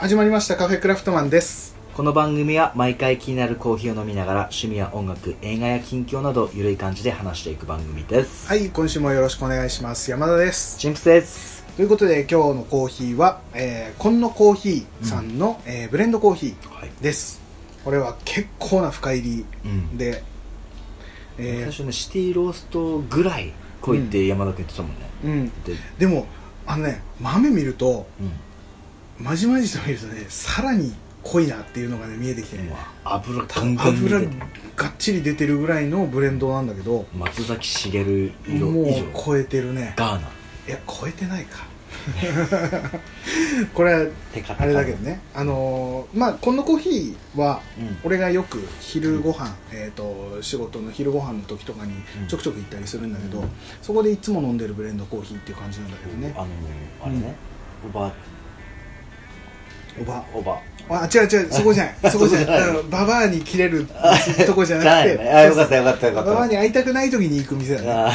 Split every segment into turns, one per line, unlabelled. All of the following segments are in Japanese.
始まりましたカフェクラフトマンです
この番組は毎回気になるコーヒーを飲みながら趣味や音楽映画や近況などゆるい感じで話していく番組です
はい今週もよろしくお願いします山田です
チンプスです
ということで今日のコーヒーは、えー、こんのコーヒーさんの、えーブレンドコーヒ
はい、
ーですこれは結構な深入
うん
りで、え
最初ねシティローストぐらい濃いって山田君言ってたもんね、
ーうん
で
でもあのね豆見ると
う
まじまじと見るとねさらに濃いなっていうのがね見えてきて
ん
ね
もう油
多
ガン
分
ガン
油
抜い
が
て
っちり出てるぐらいのブレンドなんだけど
松崎しげる色
もう
以上
超えてるね
ガーナ
いや超えてないか これは
テカテカ
あれだけどねあのーまあこのコーヒーは
うん
俺がよく昼ご飯、えっ、と仕事の昼ご飯の時とかにちょくちょく行ったりするんだけど、
うん
そこでいつも飲んでるブレンドコーヒーっていう感じなんだけどね
あのあれね、おば
おば
おば
あ違う違うそこじゃ ないそこじゃないだからババアに切れるとこじゃなくて
じゃないのねあよかったよかったよか
バ
った
バアに会いたくない時に行く店だね
あ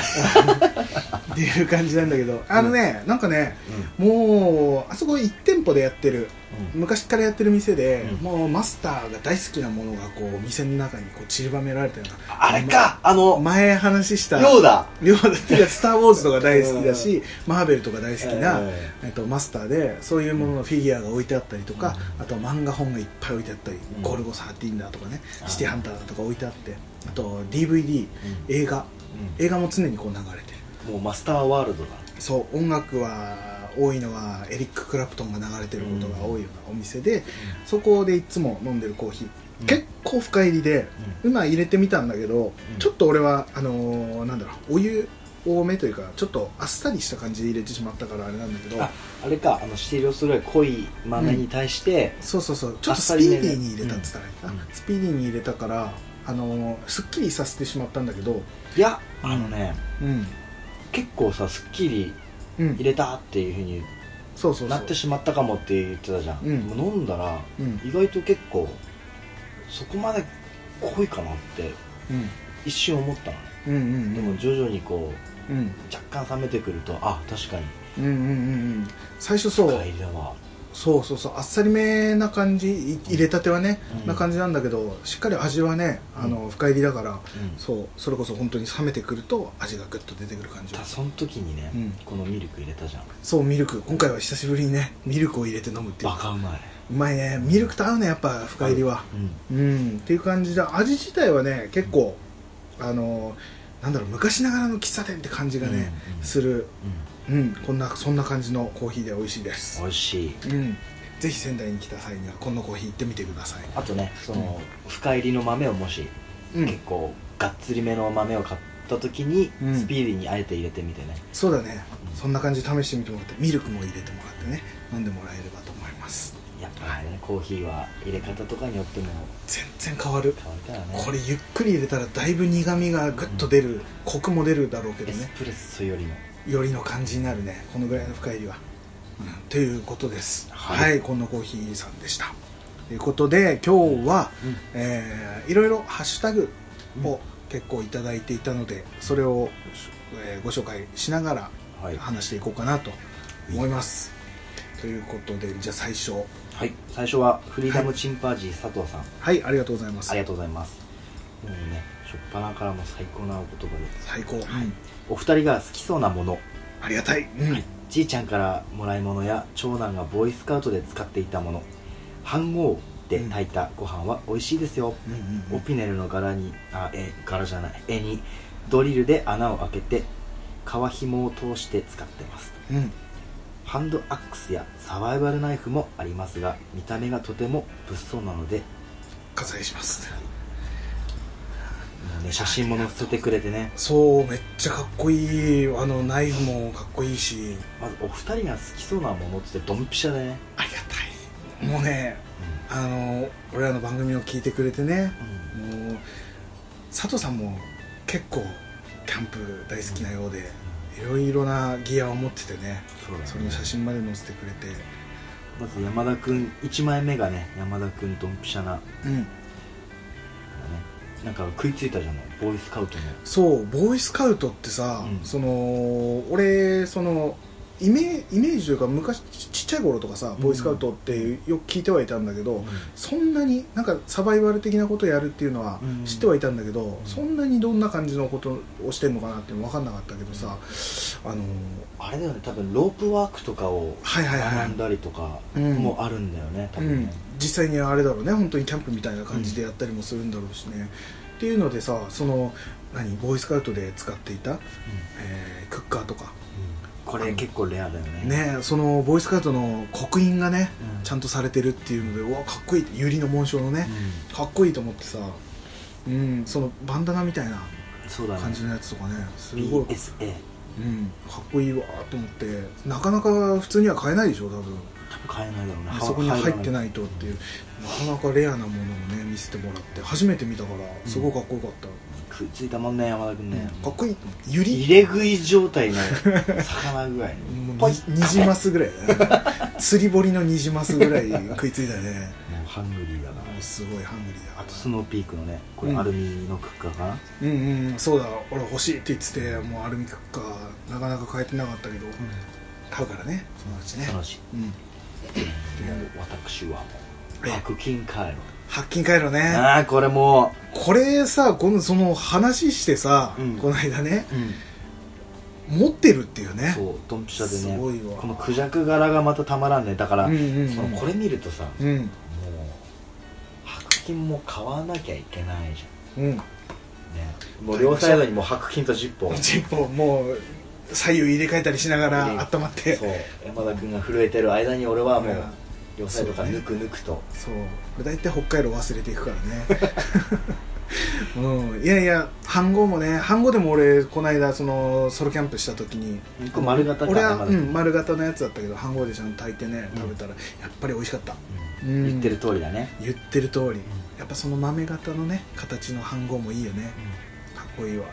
っていう感じなんだけどあのね、なんかね
ーうん
もうあそこ1店舗でやってる
うん
昔からやってる店で、
うん
もうマスターが大好きなものがこう店の中にこう散りばめられたような
あれかあの
前話した
ようだ
量だって いうか「スター・ウォーズ」とか大好きだし、マーベルとか大好きな、
うん
えっと、マスターでそういうもののフィギュアが置いてあったりとか、
う
あとは漫画本がいっぱい置いてあったり「
うん
ゴルゴ13」だとかね「
あー
シティハンター」だとか置いてあってあと DVD
うん
映画
うん
映画も常にこう流れてる
もうマスターワールドだ
そう音楽は多いのはエリック・クラプトンが流れてることが多いようなお店で、そこでいつも飲んでるコーヒー、
うん
結構深入りで今入れてみたんだけど、
うん
ちょっと俺はあのーなんだろうお湯多めというかちょっとあっさりした感じで入れてしまったからあれなんだけど
ああれかあのシティローストぐらい濃い豆に対して、
そうそうそうちょっ
あっ
と
さ
スピ
りめ
ー
で
ディーに入れたっつったらいいかな、
うんうん
スピーディーに入れたからあのーすっきりさせてしまったんだけど
いやあのね
うん
結構さすっきり
うん
入れたっていうふうに
そうそうそう
なってしまったかもって言ってたじゃん、
うん
でも飲んだら
うんうん
意外と結構そこまで濃いかなって一瞬思ったのね
うんうんうん
でも徐々にこう
うん
若干冷めてくるとあ確かに
うんうんうんうん最初そう
帰りだわ
そうそうそうあっさりめな感じい入れたてはね、
うん
な感じなんだけどしっかり味はねあの深入りだから、
うん
そうそれこそ本当に冷めてくると味がグッと出てくる感じ
たその時にね、
うん
このミルク入れたじゃん
そうミルク今回は久しぶりにねミルクを入れて飲むっていう
バカうまいう
まいねミルクと合うねやっぱ深入りは
うん
うんっていう感じで味自体はね結構、あのなんだろう昔ながらの喫茶店って感じがね、
うんうん
する
う
うんこんなそんな感じのコーヒーで美味しいで
ん
す
美味しい
うんぜひ仙台に来た際にはこのコーヒー行ってみてください
あとねその、深入りの豆をもし、
うん
結構がっつりめの豆を買った時に、
うん
スピーディーにあえて入れてみてね
そうだね
うん
そんな感じ試してみてもらってミルクも入れてもらってね飲んでもらえればと思います
やっぱりね、コーヒーは入れ方とかによっても
全然変わる
変わるからね
これゆっくり入れたらだいぶ苦みがグッと出る、コクも出るだろうけど
エス
ね
プレッソよりも
よりの感じになるねこのぐらいの深入りは、うん、ということですは、
はいい
こんなコーヒーさんでしたということで今日は、
うん
えーいろいろハッシュタグ
う
を結構いただいていたのでそれを、えーご紹介しながら
はい
話していこうかなと思います、ということでじゃあ最初
はい最初はフリーダムチンパンジー佐藤さん、
はいありがとうございます
ありがとうございますもうね初っ端からも最高なお言葉で
最高、
はい
うん
お二人が好きそうなもの
ありがたい、うん
はいじいちゃんからもらい物や長男がボーイスカウトで使っていたもの飯盒で炊いたご飯は美味しいですよ、
うんうんうん
オピネルの柄にあえ柄じゃない絵にドリルで穴を開けて皮紐を通して使ってます
うん
ハンドアックスやサバイバルナイフもありますが見た目がとても物騒なのでも
割愛します
う、ね、写真も載せてくれてね
そうめっちゃかっこいいあのナイフもかっこいいし
まずお二人が好きそうなものってドンピシャでね、
ありがたいもうねあの俺らの番組を聞いてくれてね
うん
もう佐藤さんも結構キャンプ大好きなようでいろいろなギアを持っててね
そうだね
それの写真まで載せてくれて
まず山田君1枚目がね山田君ドンピシャな、ね、
うん
なんか食いついたじゃないボーイスカウトの
そうボーイスカウトってさ、
うん
その俺そのイメイメージというか昔ちちっちゃい頃とかさボーイスカウトってよく聞いてはいたんだけど、そんなになんかサバイバル的なことやるっていうのは
うん
知ってはいたんだけど、
ん
そんなにどんな感じのことをしてるのかなっていうの分かんなかったけどさ、あの
あれだよね多分ロープワークとかを
はいはいはい
学んだりとか
うん
もあるんだよね、多
う
分
ん
ね、
実際にあれだろうね本当にキャンプみたいな感じでやったりもするんだろうしね、っていうのでさその何ボーイスカウトで使っていた、えークッカーとか
これ結構レアだよね
ねそのボーイスカウトの刻印がね、
うん
ちゃんとされてるっていうのでうわかっこいいってユリの紋章のね、
う
かっこいいと思ってさうんそのバンダナみたいなん
そうだね
感じのやつとかねすごい、
BSA
うん、かっこいいわと思ってなかなか普通には買えないでしょ多分
多分買えないだろうね
そこには入ってないとっていうなかなかレアなものをね見せてもらって初めて見たからすごいかっこよかった、
食いついたもんね山田君ね、
かっこいいゆり
入れ食い 状態の魚具合に
も
ポ
う
イ
に
ッ
ニジマスぐらいだね釣り堀のニジマスぐらい食いついたね
もうハングリーだな
もうすごいハングリーだ
あとスノーピークのねこれ
うん
アルミのクッカーかな、
うんうんそうだ俺欲しいって言っててもうアルミクッカーなかなか買えてなかったけど、買うからねそのうちね
そのし
うん
もう私はもう
え
白金カエ
白金回路
ロ
ね
ああこれも
これさこのその話してさ、
うん
この間ね
う、
持ってるっていうね
そうドンピシャです
ごい
ね
わ
このクジャク柄がまたたまらんねだから、
うんうんうん
そのこれ見るとさ、も
うん
う白金も買わなきゃいけないじ
うん
ゃんねもう両サイドにもう白金とジッ ポー
チップをもう左右入れ替えたりしなが
入れ
ら温まって
そう山田君が震えてる間に俺はも
う
うん両サイドから
そう
ぬ
ね
くぬくと
そうこれ大体北海道忘れていくからね うんいやいや飯後もね飯後でも俺この間そのソロキャンプした時に
僕丸型か
俺は、
山
う
田君
ん、丸型のやつだったけど飯後でちゃんと炊いてね食べたら、やっぱり美味しかったうん
言ってる通りだね
言ってる通りやっぱその豆型のね形の飯後もいいよねかっこいいわ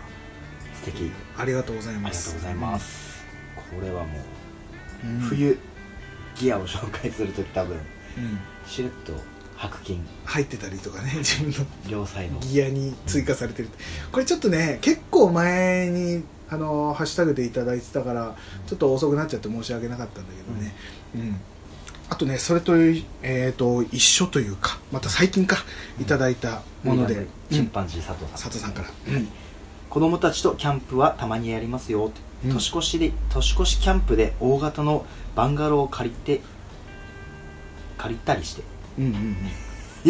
素敵
ありがとうござい
あ
ま
りがと
す
うございま、すこれはも
うん
う、冬ギアを紹介するとき多分
うん
しれっと白金
入ってたりとかね 自分の
両サイド
ギアに追加されてるこれちょっとね結構前にあのハッシュタグでいただいてたからちょっと遅くなっちゃって申し訳なかったんだけどね、うんあとねそれと,、えー、と一緒というかまた最近かいただいたもので、
ウィリアム
う
チン
ん
パンジー佐藤
佐
さん
藤さんから、うん
子供たちとキャンプはたまにやりますよ
うん
年越しで年越しキャンプで大型のバンガローを借りて借りたりして
うんうん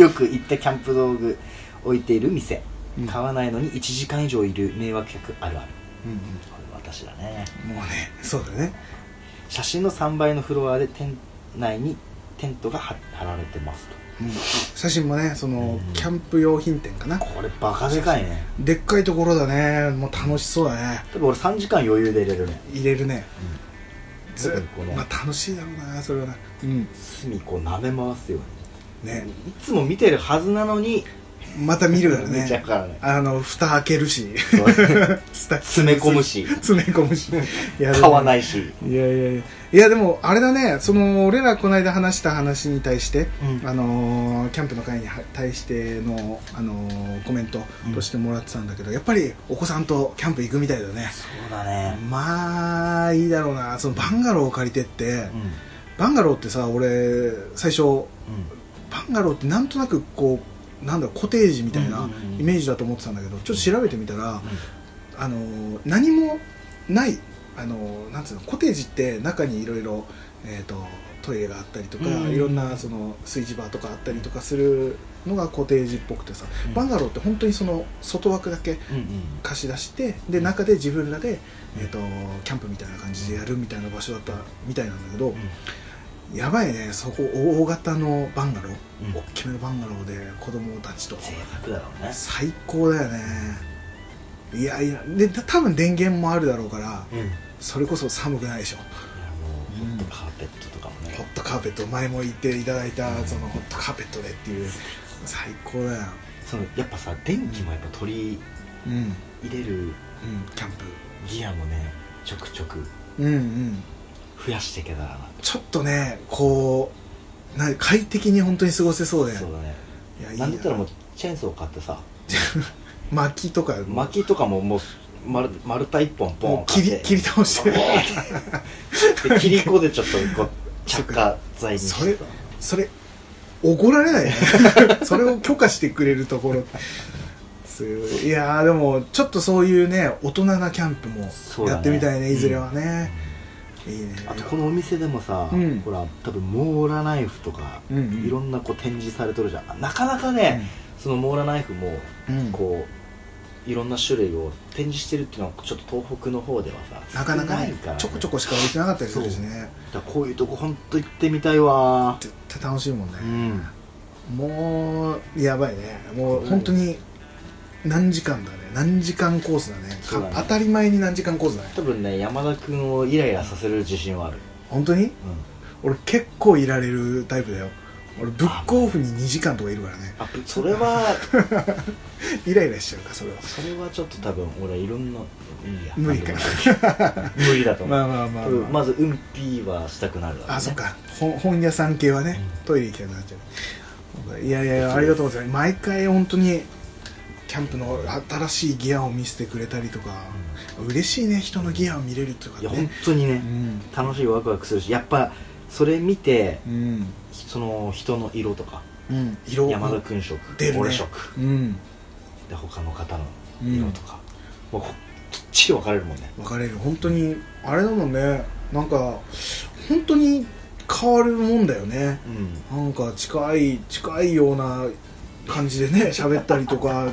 よく行ったキャンプ道具置いている店、
うん
買わないのに1時間以上いる迷惑客あるある
うんうん
これ私だね
うんもうねそうだね
写真の3倍のフロアで店内にテントが張張られてますと
うん写真もねその
うん
キャンプ用品店かな
これバカでかいね
でっかいところだねもう楽しそうだね
多分俺3時間余裕で入れるね
入れるねずっ
特にこの
まあ楽しいだろうなそれはなうん
隅こう舐め回すよね
ね
いつも見てるはずなのに
また見るから
見ちゃう
ね
からね
あの蓋開けるし
そう
スタッフ
詰め込むし
詰め込むしやるね
買わないし
いやいやいやいやでもあれだねその俺らこの間話した話に対して、
うん
あのーキャンプの会には対しての、あのーコメントとしてもらってたんだけど、やっぱりお子さんとキャンプ行くみたいだね
そうだね
まあいいだろうなそのバンガローを借りてって、
うんうん
バンガローってさ俺最初バンガローってなんとなくこうなんだろうコテージみたい
うん
な
うんうん
イメージだと思ってたんだけどちょっと調べてみたら、あのー何もないあのーなんつうのコテージって中にいろいろえーとトイレがあったりとか、
うん
いろんなその炊事場とかあったりとかするのがコテージっぽくてさ、
うん
バンガローって本当にその外枠だけ
うんうん
貸し出してで中で自分らで、えー、とキャンプみたいな感じでやるみたいな場所だったみたいなんだけど、やばいねそこ大型のバンガロー、
うん
大きめのバンガローで子供たちと
贅沢だろうね
最高だよねいやいやでた多分電源もあるだろうから
うんいや
それこそ寒くないでしょ
もうホットカーペットとかも
ホッ
ね
トカーペット前も言っていただいたそのホットカーペットでっていう最高だよ
そのやっぱさ電気もやっぱ取り
うんうん
入れる
キャンプ
ギアもねちょくちょく
うんうん
増やしていけたらな
ちょっとねこうな快適に本当に過ごせそうだよ
そうだね
いやいい
なんだったらも
よ
うチェーンソー買ってさ
薪とか
薪とかももう丸丸太一本ポン
もう切り
買って
切り倒して
ボーンで切り込んでちょっとこう着火剤に
そ
して
れ
さ
それ怒られないね それを許可してくれるところすごいいやーでもちょっとそういうね大人なキャンプも
そうだね
やってみたいねいずれはね、いいね
あとこのお店でもさ、
うん
ほら多分モーラナイフとか、
うんうん
いろんなこう展示されとるじゃんなかなかね、そのモーラナイフも
うん
こういろんな種類を展示してるっていうのはちょっと東北の方ではさ
なかなか
少
ね
いら
ちょこちょこしか置いてなかったりするしね
だからこういうとこ本当行ってみたいわ
絶対楽しいもんね
う、ん
もうやばいねもう本当に何時間だね何時間コースだね
そうだね
か当たり前に何時間コースだね
多分ね山田君をイライラさせる自信はある、
本当に
うん、
俺結構いられるタイプだよ俺ブックオフに2時間とかいるからね
あそれは
イライラしちゃうかそれは
それはちょっと多分俺いろんないいや
無理か
無理だと思う、
まあまあまあ、ま
多分
あ
まずうんぴーはしたくなるわ、ね、
あそっか本本屋さん系はね、トイレ行きたくなっちゃういやいやいやありがとうございます毎回本当にキャンプの新しいギアを見せてくれたりとか、嬉しいね人のギアを見れるとか
いや
ね
本当にね、
うん
楽しいワクワクするしやっぱそれ見て
うん、
その人の色とか
うん、色
山田君色、
出るね
俺色
うん
で他の方の色とか、もうこきっちり分かれるもんね
分かれる本当にあれだもんねなんか本当に変わるもんだよね
う
な
ん
んか近い近いような感じで ね喋ったりとか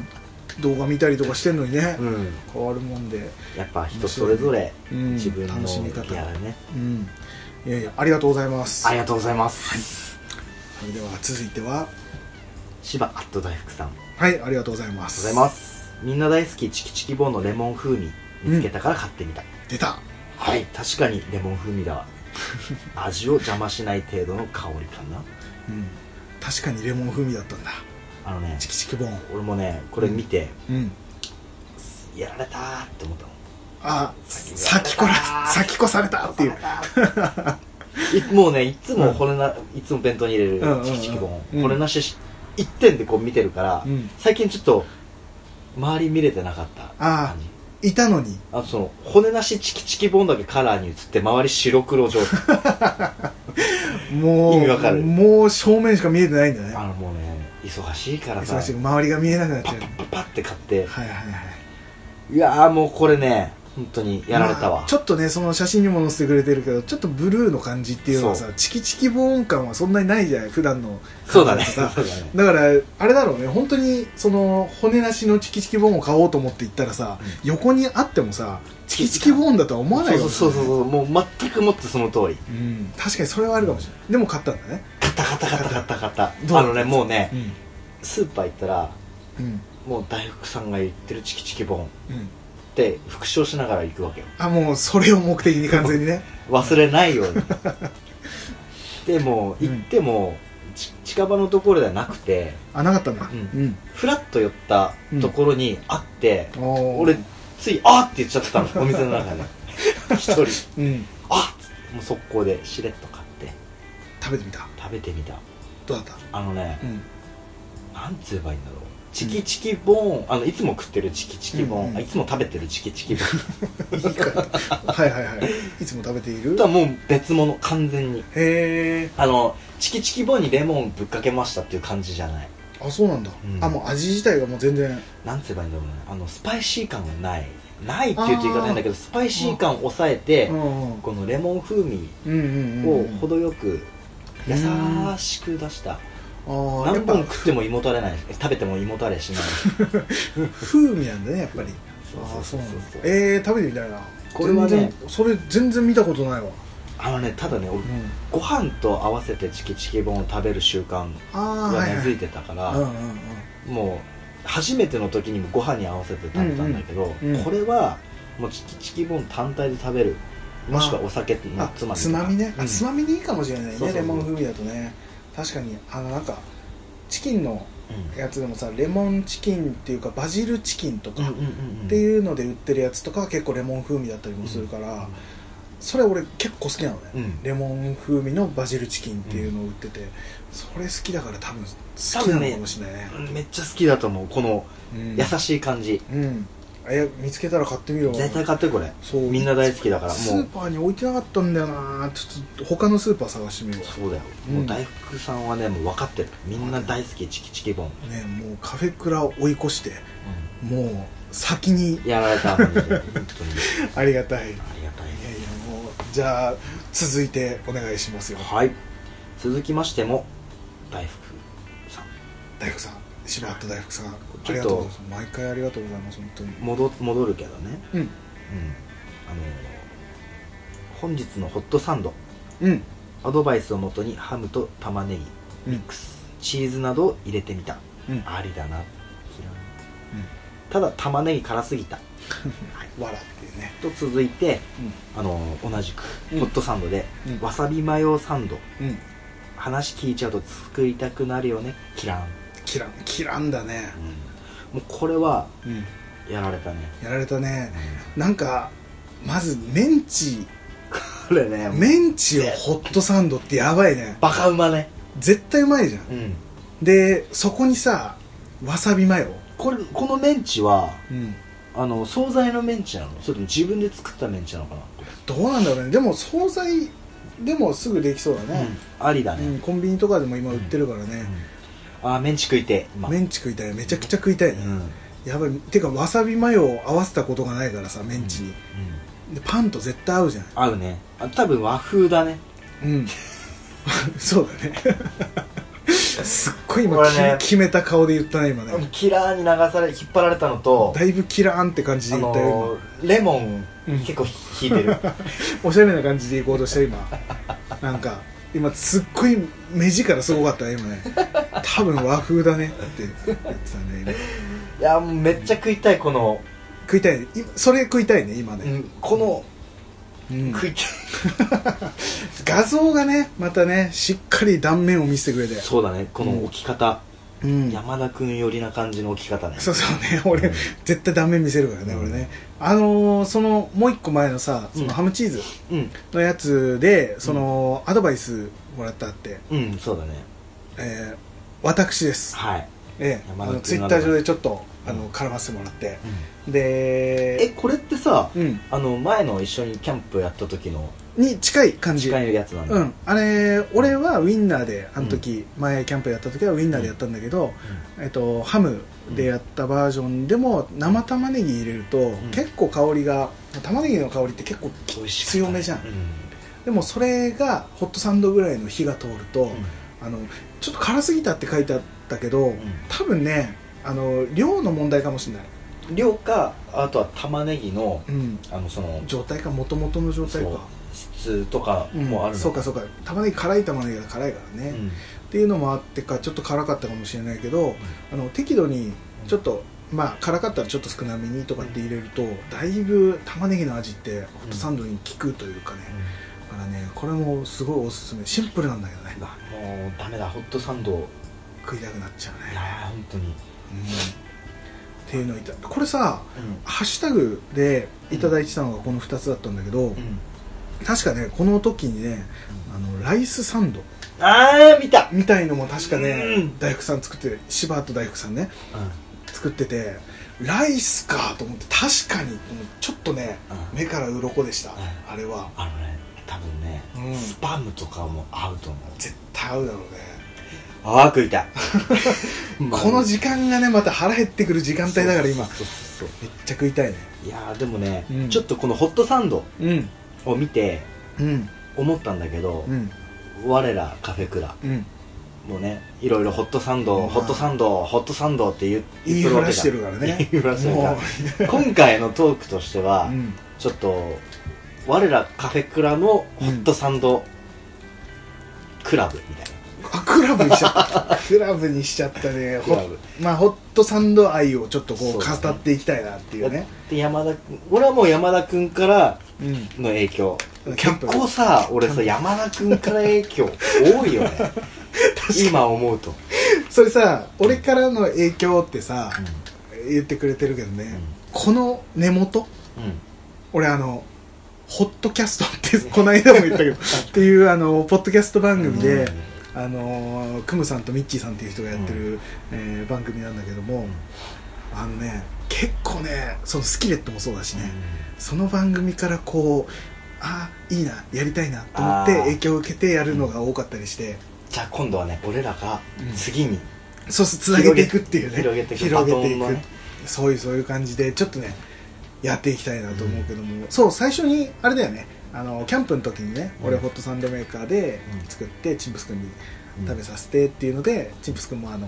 動画見たりとかしてんのにね、
うん、
変わるもんで、
やっぱ人それぞれ
うん
自分の
楽しみ方
やるね、
うん、いやいやありがとうございます
ありがとうございます、
それでは続いては
芝アット大福さんありがと
はいありがとうございま
うご
す
ざいますみんな大好きチキチキボーンのレモン風味見つけたから買ってみた、
出た
はい確かにレモン風味だ わ味を邪魔しない程度の香りかな
うん確かにレモン風味だったんだ
あのね
チキチキボーン
俺もねこれ見て、
うん
やられたーって思ったの
あ
先
先
こ
こ
ら
ら先こされたっていう
いもうねいつもこれな、いつも弁当に入れる
うんうんうん
チキチキボン、
うん
これなしし一点でこう見てるから、
うん
最近ちょっと周り見れてなかった
あ
感じ
いたのに
あとその骨なしチキチキボンだけカラーに映って周り白黒状態
もう
意味わかる
もう正面しか見えてないんだ
あ
ね
のもうね忙しいからさ
忙しい周りが見えなくなっち
パ
ゃう
ッパッパッパッって買って
はいはいはい
いやーもうこれね本当にやられたわ、
まあちょっとねその写真にも載せてくれてるけどちょっとブルーの感じっていうのは
そ
さチキチキ防音感はそんなにないじゃない普段の
そうだねそう
さ
だね
だからあれだろうね本当にその骨なしのチキチキボーンを買おうと思って行ったらさ、横にあってもさチキチキボーンだとは思わないか
そ
も
う
しれ
そう
ない
そうそうもう全くもってその通り
うん確かにそれはあるかもしれないでも買ったんだね
カタカタカタカタカタ
どう
あのねもうね
うん
スーパー行ったら
うん
もう大福さんが言ってるチキチキボンっ
うん
て復唱しながら行くわけよ
あもうそれを目的に完全にね
忘れないようにでもう行っても、ち近場のところではなくて
あなかったんだ
うん
うん、
フラッと寄ったところにあって、
おー
俺つい「あっ!」って言っちゃってたのお店の中で一人
うん
「あっ!」もう速攻でしれっと買って
食べてみた
食べてみた
どうだった
あのね、
うん
なんつえばいいんだろうチキチキボーンあのいつも食ってるチキチキボーン、
うんうん
あいつも食べてるチキチキボー ン
いいからはいはいはいいつも食べている
とはもう別物完全に
へえ
あのチキチキボーンにレモンぶっかけましたっていう感じじゃない
あそうなんだ、
うん
あもう味自体がもう全然
なんつえばいいんだろうねあのスパイシー感がないないっていうと言い方なんだけどスパイシー感を抑えて、
うんうん
このレモン風味
うんうん
を
うん
程よく優しく出した、
ああや
何
っぱ
本食っても胃もたれない食べても胃もたれしない
風味なんだねやっぱりああそうなんだえー、食べてみたいな
これはね
全然それ全然見たことないわ、
あのねただね俺
うん、
ご飯と合わせてチキチキボーンを食べる習慣
ああ
が
はい
根
は
付
い
いてたから、
うんうんうん
もう初めての時にもご飯に合わせて食べたんだけど、
うんうん
これはもうチキチキボーン単体で食べるもしくはお酒の
あ
つまみとか
つまみね、
う
あ
ん
つまみでいいかもしれないね
そうそうそう
レモン風味だとね確かにあのなんかチキンの
うん
やつでもさレモンチキンっていうかバジルチキンとか
うんうんうんうん
っていうので売ってるやつとかは結構レモン風味だったりもするから、それ俺結構好きなのね、
うん
レモン風味のバジルチキンっていうのを売ってて、それ好きだから多分好き
多
な
分
の
ね
かもしれないね
うんめっちゃ好きだと思うこの
うん
優しい感じ、
うんえ見つけたら買ってみろ
絶対買ってこれ
そう
みんな大好きだから
ス
も
ー
う
パーに置いてなかったんだよなちょっと他のスーパー探してみよ
そうだよ、
うん
もう大福さんはねもう分かってるみんな大好きチキチキボン、
うねもうカフェクラを追い越してもう先に
やられたもんね本当に
ありがたいいやい
ありがたいね
やもうじゃあ続いてお願いしますよ
はい続きましても大福さん
大福さん柴田大福さんあ
っと
りがとうございます毎回ありがとうございます本当に
戻戻るけどね
うん
うんあの本日のホットサンド
うん
アドバイスをもとにハムと玉ねぎ
うん
チーズなどを入れてみた
うん
ありだな嫌いただ玉ねぎ辛すぎた
笑ってね
と続いて
う
あの同じく
うん
ホットサンドで、
うん
わさびマヨサンド
んうん
話聞いちゃうと作りたくなるよねキラン、
キランキランだね
もうこれは
うん
やられたね
やられたねなんかまずメンチ
これね
メンチをホットサンドってやばいね
バカうまね
絶対うまいじゃん
うん
でそこにさわさびマヨ
これこのメンチは
うん
あの惣菜のメンチなのそれとも自分で作ったメンチなのかな
どうなんだろうねでも惣菜でもすぐできそうだね、
うんありだ
う
ね、
んコンビニとかでも今売ってるからね、
うんあーメンチ食いて今
メンチ食いたいめちゃくちゃ食いたいね、
うん
やばいてかわさびマヨを合わせたことがないからさメンチに、
うん
でパンと絶対合うじゃん
合うねあ多分和風だね
うん そうだ ねすっごい今、
これね
き決めた顔で言ったね今ね、
キラーに流され引っ張られたのと
だいぶキラーンって感じ
あ
で言ったよ、
のーレモン
うん
結構引いてる
おしゃれな感じで行こうとした今なんか今すっごい目力すごかったね今ね多分和風だねって言ってたね
いやもうめっちゃ食いたいこの、
食いたいねいそれ食いたいね今
う
ね、
ん、この
うん
食いたい、
画像がねまたねしっかり断面を見せてくれて
そうだねこの置き方、
うん
山田君寄りな感じの置き方ね
そうそうね俺、
うん
絶対断面見せるからね、
うん
俺ねあのーそのもう一個前のさそ
うん
のハムチーズ
うん
のやつで、そのアドバイスもらったって、
うんそうだね
えー私です
はい、
ええ、
山
あ
田君
のツイッ
な
タ
ど
ー上でちょっとあ
う
の
ん
絡ませてもらって、
え
で
これってさ
うん
あの前の一緒にキャンプやった時の
に近い感じ
近いやつなんだ、
うん、あれ俺はウインナーであの時、前キャンプやった時はウインナーでやったんだけど、えっと、ハムでやったバージョンでも生玉ねぎ入れると、
ん
結構香りが玉ねぎの香りって結構き
美味しかった
強めじゃん
うん
でもそれがホットサンドぐらいの火が通ると、
うん
あのちょっと辛すぎたって書いてあったけど、
ん
多分ねあの量の問題かもしれない、
量かあとは玉ねぎの
うん、
あのその
状態かもともとの状態
そう
か
質とか
うん
もあるの
そうかそうか玉ねぎ辛い玉ねぎが辛いからね、
うん
っていうのもあってかちょっと辛かったかもしれないけどあの適度にちょっと、まあ辛かったらちょっと少なめにとかって入れるとだいぶ玉ねぎの味ってホットサンドに効くというかね、だからねこれもすごいおすすめシンプルなんだけどね
うわもうダメだホットサンド
食いたくなっちゃう
い
ね、
やー本当に
うん、っていうのをいたこれさハッシュタグでいただいてたのがこの2つだったんだけど、
うん
確かねこの時にねあのライスサンド
ああ見た
みたいのも確かね、
うん
大福さん作って柴田大福さんね作っててライスかと思って確かにと思ってちょっとね
うん
目から鱗でした、
ん
あれは
あのね多分ね
うん
スパムとかも合うと思う
絶対合うだろうね、
ああ食い たい
この時間がねまた腹減ってくる時間帯だから今
そうそうそう
めっちゃ食いたいね
いやーでもね
うん
ちょっとこのホットサンド
うん
を見て
うん
思ったんだけど
うん
我らカフェクラ
うん
もうねいろいろホットサン
まあ
ドホットサンドホットサンドって言う
言い
っ
ふ
とる
らしてるからね
言いふらしてるから
も
今回のトークとして
う
は、
うん
ちょっと我らカフェクラのホットサンドクラブみたい
あクラブにしちゃったクラブにしちゃったね
クラブ
ほまあホットサンド愛をちょっとこう
そうだね
語っていきたいなってい
な、
うね
で山田君俺はもう山田君から
うん
の影響
キャン
結
プ
構さ俺さ山田君から影響 多いよね今思うと、
それさ俺からの影響ってさ、
う
言ってくれてるけどね、
ん
この根元
うん
俺あのホットキャストって この間も言ったけどっていうあのポッドキャスト番組で、あのクムさんとミッチーさんっていう人がやってる、えー番組なんだけども、あのね結構ねそのスキレットもそうだしね、その番組からこうああいいなやりたいなと思って
あー
影響を受けてやるのが多かったりして、
じゃあ今度はね俺らが
うん
次に
そうすつなげていくっていうね
広げていく
広げてい
バトンの
く
ね
そういうそういう感じでちょっとねやっていきたいなと思うけども、そう最初にあれだよねあのキャンプの時にね、
うん
俺ホットサンドメーカーで
うん
作ってチンプス君に食べさせてっていうので、チンプス君もあの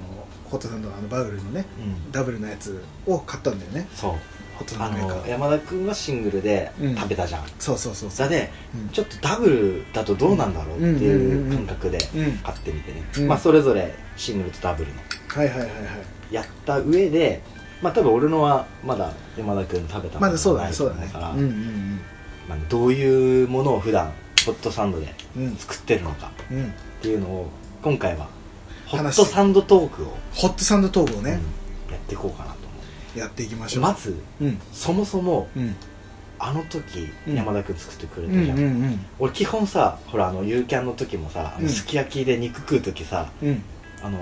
ホットサンドのあのバウルのね
うん
ダブルのやつを買ったんだよね
そう
ホットサ
あ
ンドメーカ
の
ー
山田君はシングルで
うん
食べたじゃん
そうそうそう
そ
そう
れで
うん
ちょっとダブルだとどうなんだろうっていう感覚で
うん
買ってみてね
うん
まあそれぞれシングルとダブルの
はいはいはいはい
やった上でまあ多分俺のはまだ山田君食べた
ま
こ
だ
と
そう
が
だ
な
ね
い
そう
と
だ
思う
ね
から
うんうん
まあどういうものを普段ホットサンドで
うんうん
作ってるのか
うん
っていうのを今回はホ
話
ッ
して
トサンドトークを、
ホットサンドトークをね、
うんやっていこうかなと思
やっていきまし
う
ょう
まず
うん
そもそも
うん
あの時
うん
山田君作ってく
う
れ
ん
た
う
じゃん、
んうん
俺基本さほらあのユーキャンの時もさあ
う
の
ん
すき焼きで肉食う時さ、
うん
あの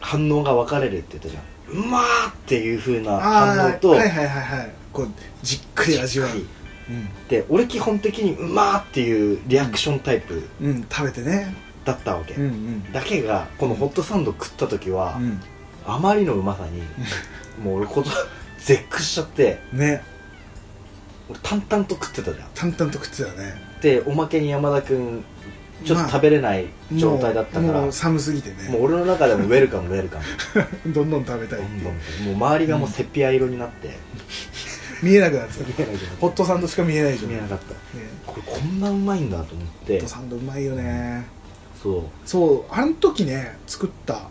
反応が分かれるって言ったじゃんうまーっていう風な
あ
反
あ
応と
はいはいはいはいこうじっくり味わう
しっか
うん
りで俺基本的にうまーっていうリアクションタイプ
うん食べてね
だったわけ、
うんうん
だけがこのホットサンド食った時は、
うん
あまりのうまさ にもう俺こと絶句しちゃって
ね
俺淡々と食ってたじゃん
淡々と食ってたね
でおまけに山田君ちょっ
まあ
と食べれない状態だったから、
もうも
も
う寒すぎて
う
ね
俺の中でもウェルカムウェルカム
どんどん食べたい
ど
ってい
ん
う
どんもう周りがもうセピア色になって
見えなくなってた
見えなくなった
ホットサンドしか見えないじゃん
見え
ね
なかったこれこんなうまいんだと思っ
ホ
て
ットサンドうまいよね
そう、うん、
そうあの時ね作った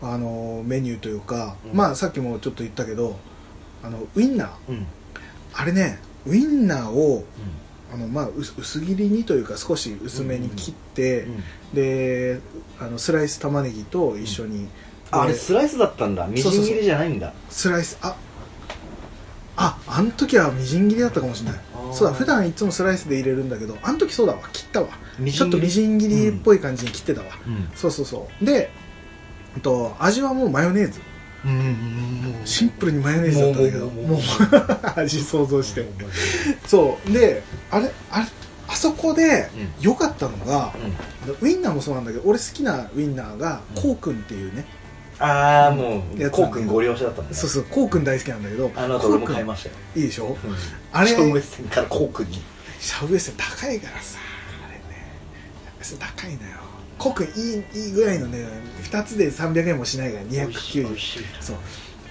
あのメニューというか、
うん
まあさっきもちょっと言ったけどあのウインナー
うんうん
あれねウインナーをあのまあう薄切りにというか少し薄めに切って、
うん
であのスライス玉ねぎと一緒に、
ああれ
で
スライスだったんだみじん切りじゃないんだ
スライスあああの時はみじん切りだったかもしれない
あー
そうだ普段いつもスライスで入れるんだけどあの時そうだわ切ったわ
み
ちょっとみじん切りっぽい感じに切ってたわ、
うん
そうそうそうでえっと味はもうマヨネーズ
うんうんうん
シンプルにマヨネーズだったんだけども
もう
う
もうもう
味想像してそうであれあれあそこで良かったのが、
うん
ウインナーもそうなんだけど俺好きなウインナーが
うん
コウくんっていうね、
ああも
や
う
つなんだけど
こうくんご了承だったんだね
そうそうコウくん大好きなんだけど
あの
コ
後俺
ウ
も
くん
買いましたよ
いいでしょあ
あ
れ
れ
シ
シ
ャ
ョ
ウ
ー線からコークに
エッセン高いからさあれねシャウエッセン高いのよコウくんいいいいぐらいのね2つで300円もしないから
美味しい美味
290
しい
そう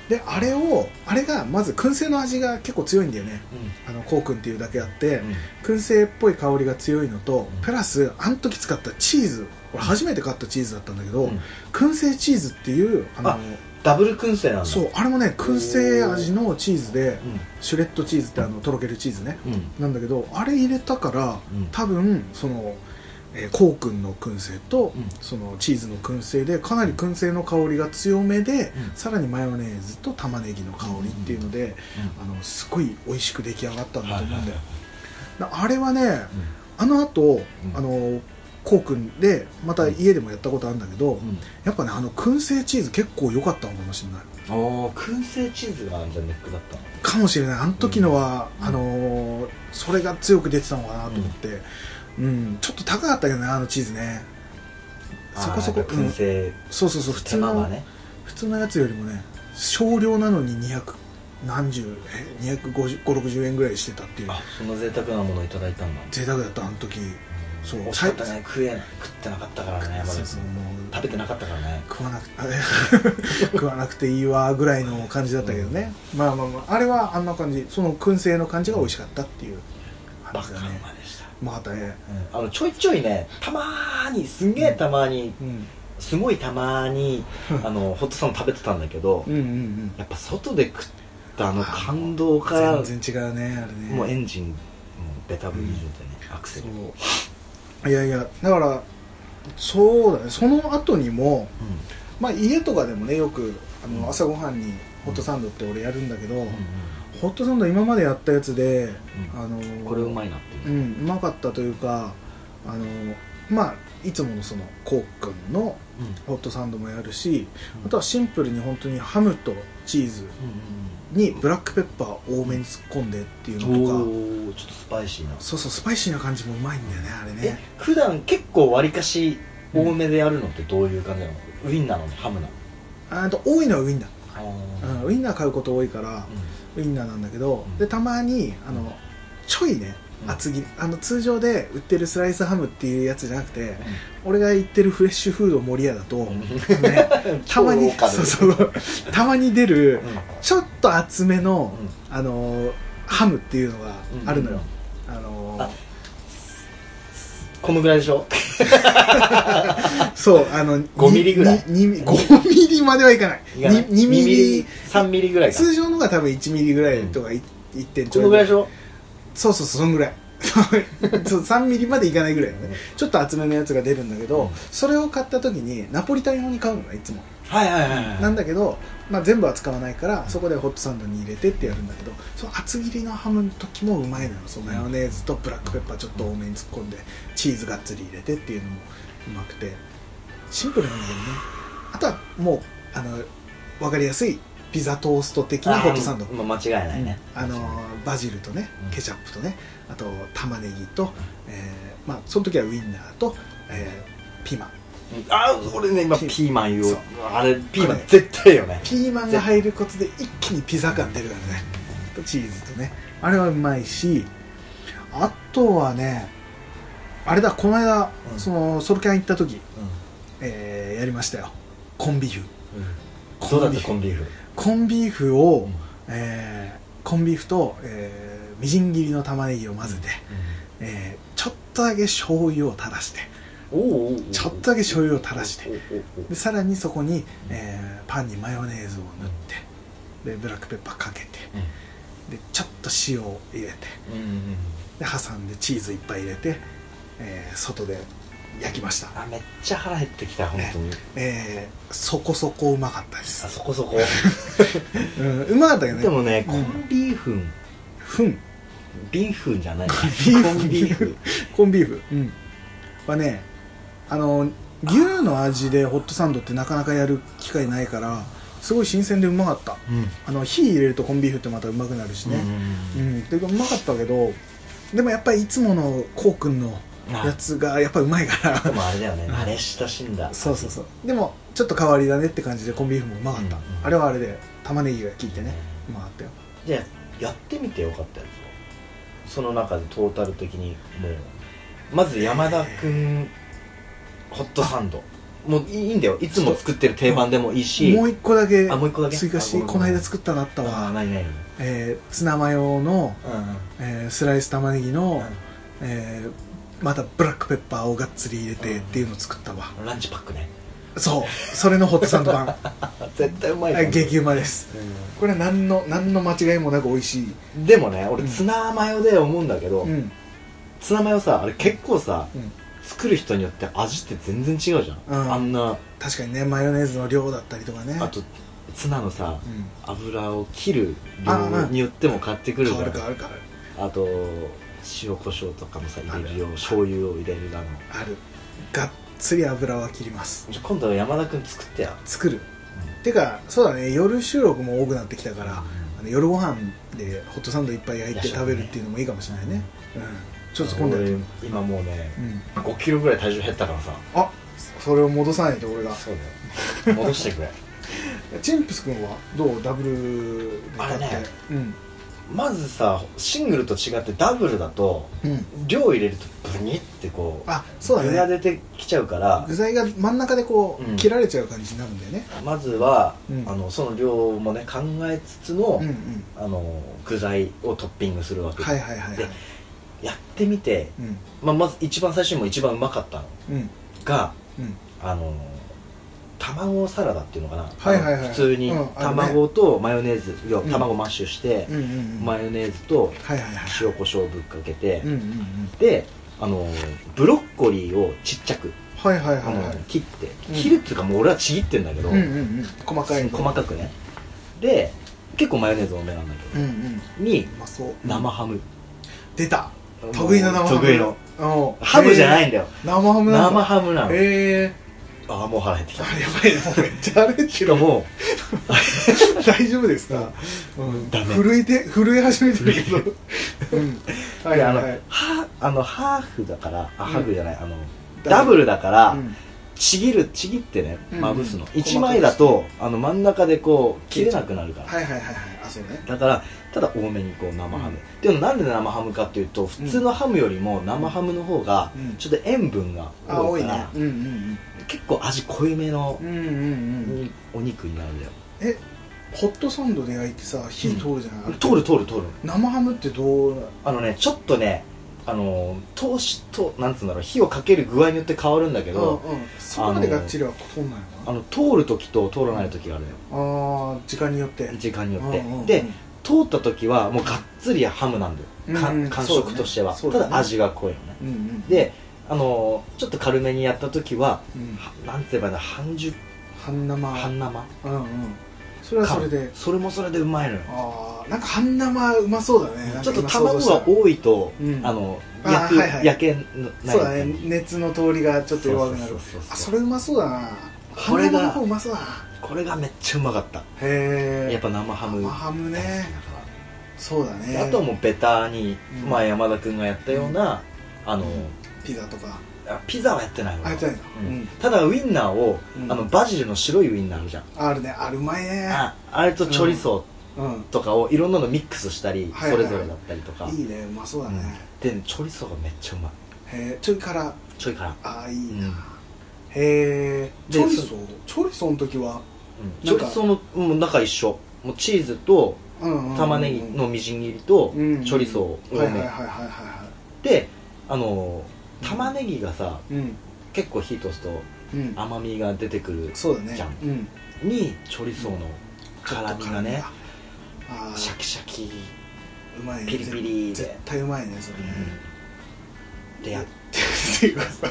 であれをあれがまず燻製の味が結構強いんだよね
う
あのコウくんっていうだけあって、
ん
燻製っぽい香りが強いのとプラスあの時使ったチーズ俺初めて買ったチーズだったんだけど、
うん
燻製チーズっていうあの
あダブル燻製なんだ
そうあれもね燻製味のチーズで
う
シュレッドチーズってあのとろけるチーズね
んうん
なんだけどあれ入れたから
うん
多分その、えー、コウ君の燻製と、
うん
そのチーズの燻製でかなり燻製の香りが強めで、
うん
さらにマヨネーズと玉ねぎの香りっていうので、あのすごい美味しく出来上がったんだと思うんだよ、なあれはねあの後、
うん
あのコウ君でまた家でもやったことあるんだけど、やっぱねあの燻製チーズ結構良かったのかもしれない
ああ燻製チーズがじゃあネックだったの
かもしれないあの時のは、
うん
あのーそれが強く出てたのかなと思って、うんちょっと高かったけどねあのチーズねそこそこ
あー燻製
そうそうそう普通
手間
の、
がね
普通のやつよりもね少量なのに200何十え25060円ぐらいしてたっていう
あそんな贅沢なものいただいたんだ
贅沢だったあの時そう
惜しかったね食え食ってなかったからねまだ
そうそうもう
食べてなかったからね
食わなく 食わなくていいわぐらいの感じだったけどね、まあまあまああれはあんな感じその燻製の感じが美味しかったっていう
バ
話だ
カう
ね
までした
またね
あのちょいちょいねたまーにすんげえたまーに、
うん
すごいたまーにあのホットサンド食べてたんだけど、
うんうんうん
やっぱ外で食ったあの感動から
全然違うねあれね
もうエンジンもうベタブリー状態ね、アクセル
そ、ういやいやだからそうだねその後にもまあ家とかでもねよくあ
うん
の朝ごはんにホットサンドって俺やるんだけど、
う
ホットサンド今までやったやつで、
うん
あの
んこれうま
い
いなっていうう、
んうまかったというかあのまあいつものそのコウ君のホットサンドもやるし
うん
あとはシンプルに本当にハムとチーズにブラックペッパー多めに突っ込んでっていう
うんうん
のとか
おーちょっとスパイシーな
そうそうスパイシーな感じもうまいんだよねあれ
え
ね
普段結構わりかし多めでやるのってどういう感じなのウインナーなのハムなの
あと多いのはウインナー
あ
うん
ー
ウインナー買うこと多いからウインナーなんだけど、
うん
でたまにあのちょいね
うん
厚切りあの通常で売ってるスライスハムっていうやつじゃなくて、俺が言ってるフレッシュフード盛り屋だと、
うん
ね、たまにそうそうたまに出る
うん
ちょっと厚めの、
うん
あのーハムっていうのがあるのよ、あのー
あこのぐらいでしょ
そうあの
5ミリぐらい
にに5ミリまではいかない
いかない
に2ミリ
3ミリぐらいか
通常のが多分1ミリぐらいとかい1.5点
このぐらいでしょ
そうそうそうその ぐらいそう3ミリまでいかないぐらいのねちょっと厚めのやつが出るんだけど、
うん
それを買った時にナポリタン用に買うのがいつも、
はいはいはいはい
なんだけど、まあ、全部は使わないからそこでホットサンドに入れてってやるんだけどその厚切りのハムの時もうまいのよそうマヨネーズとブラックペッパーちょっと多めに突っ込んでチーズがっつり入れてっていうのもうまくてシンプルなんだけどねあとはもうあの分かりやすいピザトースト的なホットサンド
あーまあ間違いないね
あのーバジルとね
うん
ケチャップとねあと玉ねぎと、えーまあ、その時はウインナーと、えーピーマン
あー俺ね今
ピ
ピーマン言お
そう
うあれピーマ
こ
ン
れ
絶対よね
ピーマンが入ることで一気にピザ感出るからねとチーズとねあれはうまいしあとはねあれだこの間、
うん
そのソルキャン行った時、
う
えーやりましたよコンビーフ
んどうだったコンビーフ
コンビーフを、
うん
えーコンビーフと、えーみじん切りの玉ねぎを混ぜて、えーちょっとだけ醤油を垂らして
おうおうおう
ちょっとだけ醤油を垂らして
おうおうおう
でさらにそこに、えーパンにマヨネーズを塗ってでブラックペッパーかけてでちょっと塩を入れて
うんうんうん
で挟んでチーズいっぱい入れて、えー外で焼きました、
あめっちゃ腹減ってきた本当に
えーそこそこうまかったで
あ
す、
そこそ こ
うん、うまかったけどね
でもね
うん
コンビーフン
ふん
ビーフンじゃないコン
ビーフコンビーフ、うん、はねあの牛の味でホットサンドってなかなかやる機会ないからすごい新鮮でうまかった
うん
あの火入れるとコンビーフってまたうまくなるしねうん、ていうかうまかったけどでもやっぱりいつものこうくんのやつがやっぱうまいから
でもあれだよね
うん
慣れ親しんだ
そうそうそうでもちょっと変わりだねって感じでコンビーフもうまかった、
うん
あれはあれで玉ねぎが効いてねうまかったよ
じゃあやってみてよかったやつをその中でトータル的にもうまず山田君ホットサンドもういいんだよいつも作ってる定番でもいいし
もう一個だけ
あもう一個だけ
追加して
あごめん
この間作ったのあった
ああ
わ、
何何うん
えーツナマヨの、えースライス玉ねぎの、えーまたブラックペッパーをがっつり入れてっていうの作ったわ、
うんランチパックね
そうそれのホットサンド 版
あ絶対うまい
あ
と思う
激うまですこれは何の何の間違いもなく美味しい、
うんでもね俺
うん
ツナマヨで思うんだけど、
うん
ツナマヨさあれ結構さ
うん、
作る人によって味って全然違うじゃん、
うん
あんな
確かにねマヨネーズの量だったりとかね
あとツナのさ
うん、
油を切る
あ
量
うん
によっても変わってくるじ
変
ゃ
わ
ん
る変わる変わる
あと塩コショウとかもさ入れるよ醤油を入れるだの
あるがっつり油は切ります
じゃあ今度は山田君作ってや
作る、てかそうだね夜収録も多くなってきたから、あの夜ご飯でホットサンドいっぱい焼いて食べるっていうのもいいかもしれないねうん、ちょっと今度やってみよ
俺今もうね
う、うん、
5キロぐらい体重減ったからさ
あそれを戻さないと俺が
そうだよ戻してくれ
チンプス君はどうダブルで買って
あれね
うん
まずさシングルと違ってダブルだと
うん
量入れるとブニってこう
あそう
具
だ
が
ね
出てきちゃうから
具材が真ん中でこう、
うん
切られちゃう感じになるんだよね
まずは、
うん
あのその量もね考えつつの,、
うんうん
あの具材をトッピングするわけ、
はいはいはいはい
でやってみて、
うん
まあ、まず一番最初にも一番うまかったの
うん
が
うん
あの卵サラダっていうのかな、
はいはいはい
あの普通に
うんあるね
卵とマヨネーズ、要は
うん
卵マッシュして
う、んうんうん
マ
はい
ヨネーズと
はいはい
塩コショウぶっかけて、
うんうんうん
であのブロッコリーをちっちゃく、
はいはいはい
あの
はい
切って
うん
切るっていうかもう俺はちぎってんだけど、
うんうんうん細かい
細かくねで結構マヨネーズ多めなんだけ
うん
ど、
うん
に
うまそう
生ハム
出た得意な生ハム
得意の
うん
ハムじゃないいんだよ、
生ハムなんだ
生ハムなの、
へえ
ああもう腹減ってきた
あれやばいなめっちゃあれ って
しかも
大丈夫ですか、うん、
ダメ
震えて震え始めてるけ ど、うん、はい
であ
はい
の
はい
はあのハーフだから
う
あ
ん
ハーフじゃないあのダブルだか
う
ら
ん
ちぎるちぎってね
うん
まぶすの
細かくして
1枚だとあの真ん中でこう切れなくなるから
はいはいはいはいあそうね
だからただ多めにこう生ハム、でもなんで生ハムかっていうと普通のハムよりも生ハムの方が
うん
ちょっと塩分が
あ多
多い
い
か
ね
ら、
うんうん
結構味濃いめの
うんうんうんうん
お肉になるんだよ
えホットサンドで焼いてさ火通るじゃない、
通る通る通る
生ハムってどうな
あのねちょっとねあのー通しとなんつうんだろう火をかける具合によって変わるんだけど、
うんうん、そこまでがっちりは通んない
あ
の
の通る時と通らない時があるのよ
ああー時間によって
時間によって、
うんうんうん
で通った時はもうがっつりハムなんだよ、か
うんうん
感
そうだ
触
ね
としては、
そうだ
た
ね
だ味が濃いのね
うんうん、
であのーちょっと軽めにやった時は
うん、
はなんて言えばいいんだ半熟
半生
半生
うんうんそれはそれで
かそれもそれでうまいのよ
ああなんか半生うまそうだねなん
ち
か
ょっと
今想像
卵
した
が多いと、
うん
あの
あー
焼く、
はいはい
焼けな
そうだね
感じ
熱の通りがちょっと弱くなる
そうそうそうそう
あそれうまそうだな
こ
半
れが
生の方うまそうだな
これがめっちゃうまかった
へえ
やっぱ生ハム
生ハムね
大好きだから
そうだね
あとはもうベターに、
うん
まあ、山田君がやったような、あの
ピザとか
あピザはやってないわ
あやってないの
うん
うん
ただウインナーを、
うん
あのバジルの白いウインナーあるじゃん、
あるねあるうまいね
ああれとチョリソ
うん
ーとかをいろんなのミックスしたり、
はい
それぞれだったりとか、
いいねうまそうだね
でチョリソーがめっちゃうまい
へえちょいから
ちょいから、
ああいい
うん
なへえ
で
チョリソーチョリソーの時は
チョリソーのもう中一緒もうチーズと
玉
玉ねぎのみじん切りとチ
うん
ョリソーを
はいはい
多
は
め
いはいはいは
であの玉ねぎがさ
いうん
結構火通すと
うん
甘みが出てくる
そうだね
じゃん
うん
にチョリソーの辛みがね
あ
シャキシャキ
うまいね
ピリピリで
絶対うまいねそれね
でやっ
っていうかさ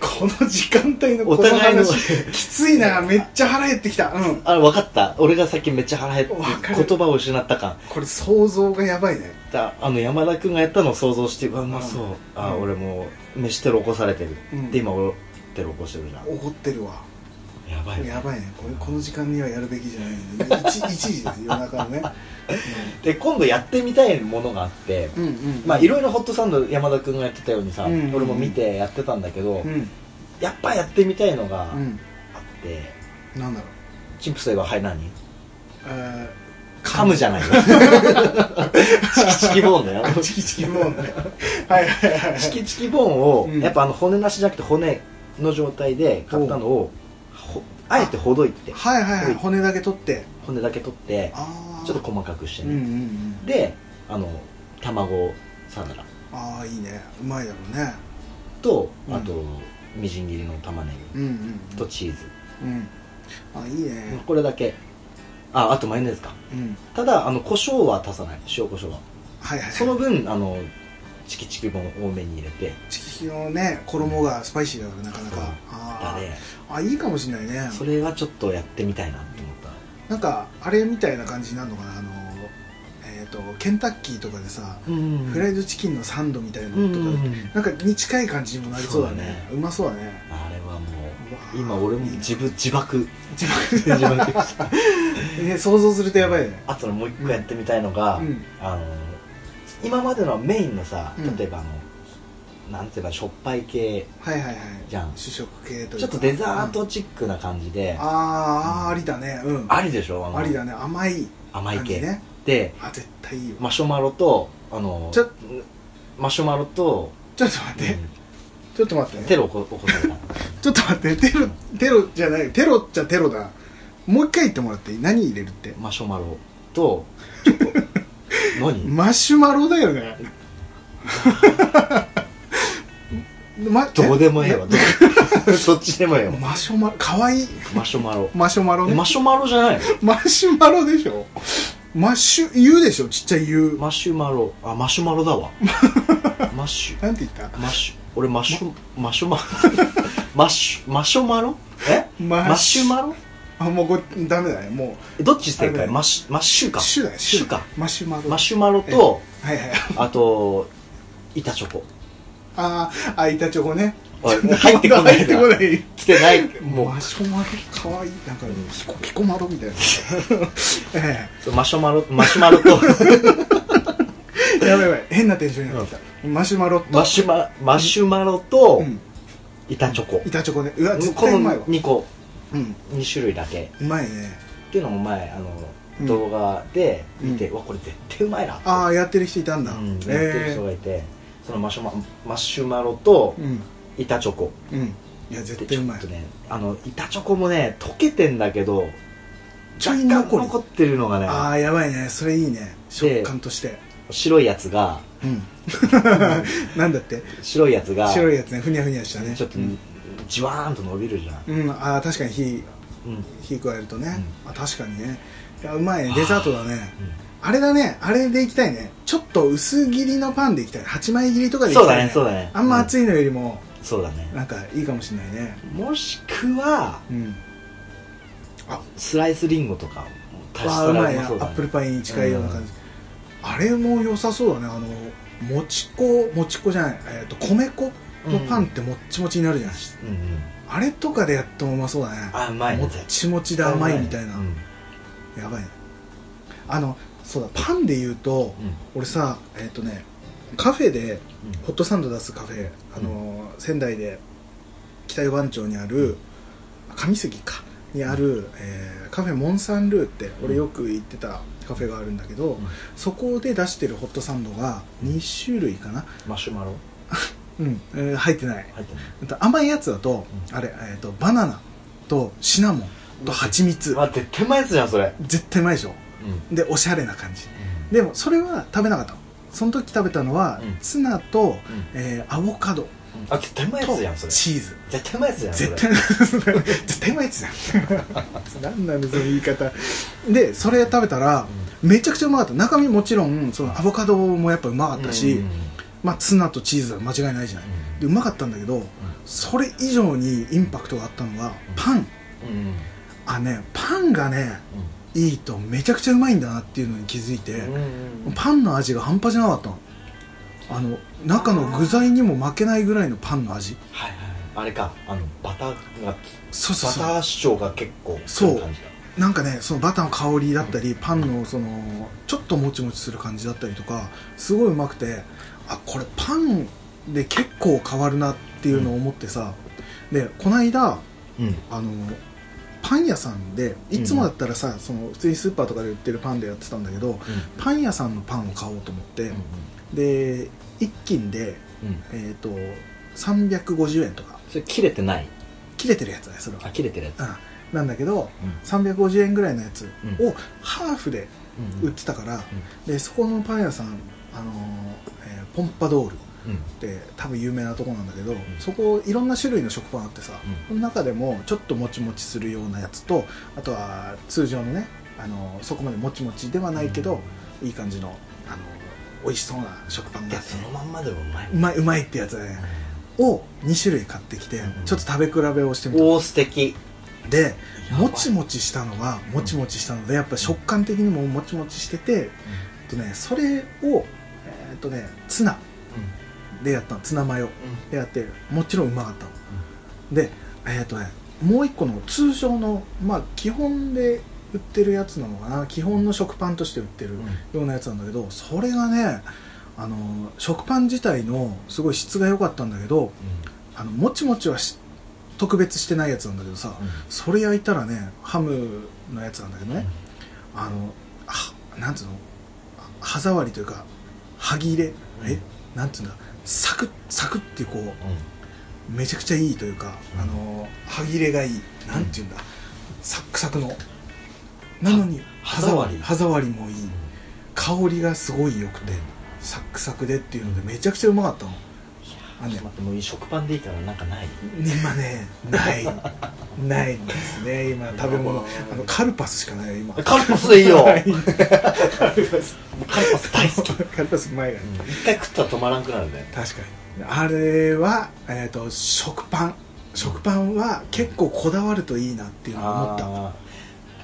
この時間帯のこ
お
の
互いの
話きついなめっちゃ腹減ってきたうん
あ分かった俺がさっきめっちゃ腹減って
わかる
言葉を失った感
これ想像がやばいね
だあの山田君がやったのを想像してうわうまそう、
うん
あ
うん
俺もう飯テロ起こされてる、
うん
で今俺テロ起こしてるじゃん
怒ってるわ
やばいよね
やばいねこれこの時間にはやるべきじゃないんで1時 です夜中のね
で今度やってみたいものがあって、
うんうん
まあいろいろホットサンド山田君がやってたようにさ、
うん
俺も見てやってたんだけど、
うん
やっぱやってみたいのがあっ
うん
て、
なんだろう
チンプスといえばはい何
え
噛むじゃないよチキチキボーンだよ
ーチキチキも うねはいはいはい
チキチキボーンを、
うん
やっぱあの骨なしじゃなくて骨の状態で買ったのをほあえてほどいて
はいはいはい骨だけ取って
骨だけ取って
ああ
ちょっと細かくして
うん
ね
う、んうん
であの卵サラダ
ああいいねうまいだろうね
と
うん
あと、みじん切りの玉ね
うんうん
ぎとチーズ、
うんあいいね
これだけああとマヨネーズか
うん
ただあの胡椒は足さない塩胡椒は
はいはい
その分あのチキチキボン多めに入れて
チキチキのね衣がスパイシーだからなかな
そう
か
だ
あ
ね
ーあいいかもしれないね
それはちょっとやってみたいなと思った
なんかあれみたいな感じになるのかなあのえっ、とケンタッキーとかでさ、
うん
フライドチキンのサンドみたいな
う
の
ん
とか、なんかに近い感じにもなりそうだねう
そうだね
まそうだね
あれはも
うわ
う
ー
今俺も
いいね
自分自 爆
自
自
分
爆した
ね想像するとやばいよね
あとのもう一個やってみたいのが、
うん
あの今までのメインのさ
うん
例えばあの、なんて言えばしょっぱい系
はいはいはい
じゃん
主食系というか
ちょっとデザートチックな感じで、
うんあーあーありだねうん
ありでしょあの
ありだね甘い
甘い
感
系、
じね
で
あ絶対いいわ
マシュマロとあの
ちょ
マシュマロと、
ちょっと待って、ちょっと待っ
うん
て
テロ起こ起こされた
ちょっと待って、テロ、テロじゃない、テロっちゃテロだ。もう一回言ってもらっていい何入れるって。
マシュマロ とちょっと何
マシュマロだよね。 ま、
どうでもええわど うどっちでもええ
え
わ
マシュマロ、かわいい。
マシュマロ
マシュマロ
え
ね。
マシュマロじゃないの
マシュマロでしょマシュ、言うでしょちっちゃい言う。
マシュマロあマシュマロ だわマシュ
なんて言った
マシュ俺マシュマシュマロ マシュマシュマロえ
マシ
マシュマロ
あ、もうこれ、ダメだね。も
えどっち正
あれ
解
ね
マシュマッシュ
う、
か
シュだよ、
シュ
だ
か
よマシュマロ。
マシュマロと
はいはい。
あと板チョコ
あー、あ、板チョコね。
おい入ってこない
入ってこない
来てない
もう
も
マシュマロかわいいなんかヒコヒコマロみたいなえ
うマシュマロマシュマロ と
えやばいやばい変なテンションになってきたマシュマロと
マシュママシュマロと
うん
板チョコ
板チョコねうわ絶
こ
対う
の
まいわ
2個
うん
2種類だけ
うまいね
っていうのも前あの、
うん
動画で見て、
う
うわこれ絶対うまいなって
ああやってる人いたんだ
うん、やってる
え
人がいて、そのマシュママシュマロと
えうん
板チョコ
うんいや絶
で
対
ちょ
うま
っ
い
とねあの板チョコもね溶けてんだけど
ちょ
若
い
干
残り
残ってるのがね
ああやばいねそれいいね食感として
白いやつが
うん なんだって
白いやつが
白いやつねふにゃふにゃしたね
ちょっとじわーんと伸びるじゃん、
うんああ確かに火
うんうん
火加えるとね、あ確かにねいやうまいねデザートだね
う
あれだねあれでいきたいねちょっと薄切りのパンでいきたい8枚切りとか
ん
でいき
そう
た
だ
い、
ねそうだね
あんま
い、
熱いのよりも
うんそうだね
なんかいいかもしれないね
もしくは
うん
スライスリンゴとかを足し
わあ
た
う
ら
ま
う
いな、
ま
ア
そうだ
ップル
ね
パイに近いような感じ、あれも良さそうだねあのもち粉もち粉じゃない、えー、と米粉のパンってもっちもちになるじゃない、
うんうん
あれとかでやってもうまそうだね
あうまいね
もっちもちで甘いみたいな、
うん
やばいねあのそうだパンで言うと
うん
俺さえっ、とねカフェで
うん
ホットサンド出すカフェ、あのー仙台で北四番町にある上杉かにある、えーカフェモンサンルーって俺よく行ってたカフェがあるんだけど、
ん
そこで出してるホットサンドが2種類かな、
マシュマロ
うんえー入ってない
入ってない
甘いやつだと、
うん
あれ、えー、とバナナとシナモンと蜂蜜、
まあ絶対うまいやつじゃんそれ
絶対うまいでしょ
うん
でおしゃれな感じでもそれは食べなかったのその時食べたのは、
うん
ツナと、
うん
えーアボカド
あ絶対うまいや
と
つじゃんそれ
チーズ
絶対うまいやつじゃんそれ
絶対絶対うまいやつじゃん何なんだその言い方でそれ食べたらめちゃくちゃうまかった中身もちろんそのアボカドもやっぱうまかったし、
うんうんうん
まあ、ツナとチーズは間違いないじゃないでうまかったんだけどそれ以上にインパクトがあったのがパン
うんうん
あねパンがねいいとめちゃくちゃうまいんだなっていうのに気づいて、
うんうんうん
パンの味が半端じゃなかったのあの中の具材にも負けないぐらいのパンの味
はいはいあれかあのバターが
そうそう
バ
そ
タ
う
ー主張が結構
そう
来る感じだ
なんかねそのバターの香りだったりパンのそのちょっともちもちする感じだったりとかすごいうまくてあこれパンで結構変わるなっていうのを思ってさ、でこの間
うん
あのパン屋さんでいつもだったらさ、その普通にスーパーとかで売ってるパンでやってたんだけどパン屋さんのパンを買おうと思って、で一斤で、
うんうん
えー、と350円とか
それ切れてない
切れてるやつだねそれは
あ切れてるやつ
うん、なんだけど
うん
350円ぐらいのやつ
う
をハーフで売ってたから、でそこのパン屋さん、あのーえーポンパドールっ
うん
て多分有名なとこなんだけど、そこいろんな種類の食パンあってさ、
うん
この中でもちょっともちもちするようなやつとあとは通常のね、あのーそこまでもちもちではないけど、いい感じの、あのー美味しそうな食パン
い
が
や
あって
そのまんまでもうまいう
まいうまいってやつだねを2種類買ってきて、
うん
ちょっと食べ比べをしてみた
おお素敵
で
やば
も
い
ちもちしたのはもちもちしたのでやっぱ食感的にももちもちしてて、えっとね、それを、えーっとね、ツナでやったのツナマヨでやってもちろんうまかったの、でえーっとねもう一個の通常のまあ基本で売ってるやつなのかな基本の食パンとして売ってるようなやつなんだけどそれがねあの食パン自体のすごい質が良かったんだけどあのもちもちはし特別してないやつなんだけどさ、それ焼いたらねハムのやつなんだけどね、あのはなんつうのあ歯触りというか歯切れ、えなんつうんだサクッサクッってこうめちゃくちゃいいというか、あの歯切れがいいなんていうんだ、サックサクのなのに
歯触り
歯触りもいい香りがすごい良くて、サックサクでっていうのでめちゃくちゃうまかったのあのね
待ってもう食パンでいいからなんかない
今ね ないないんですね今食べ物あのカルパスしかないよ 今
カルパスでいいよ
はい
カルパス大好き
カルパスうまいよね
一回食ったら止まらんくなるね
確かにあれは、えー、と食パン食パンは結構こだわるといいなっていうのを思った
あ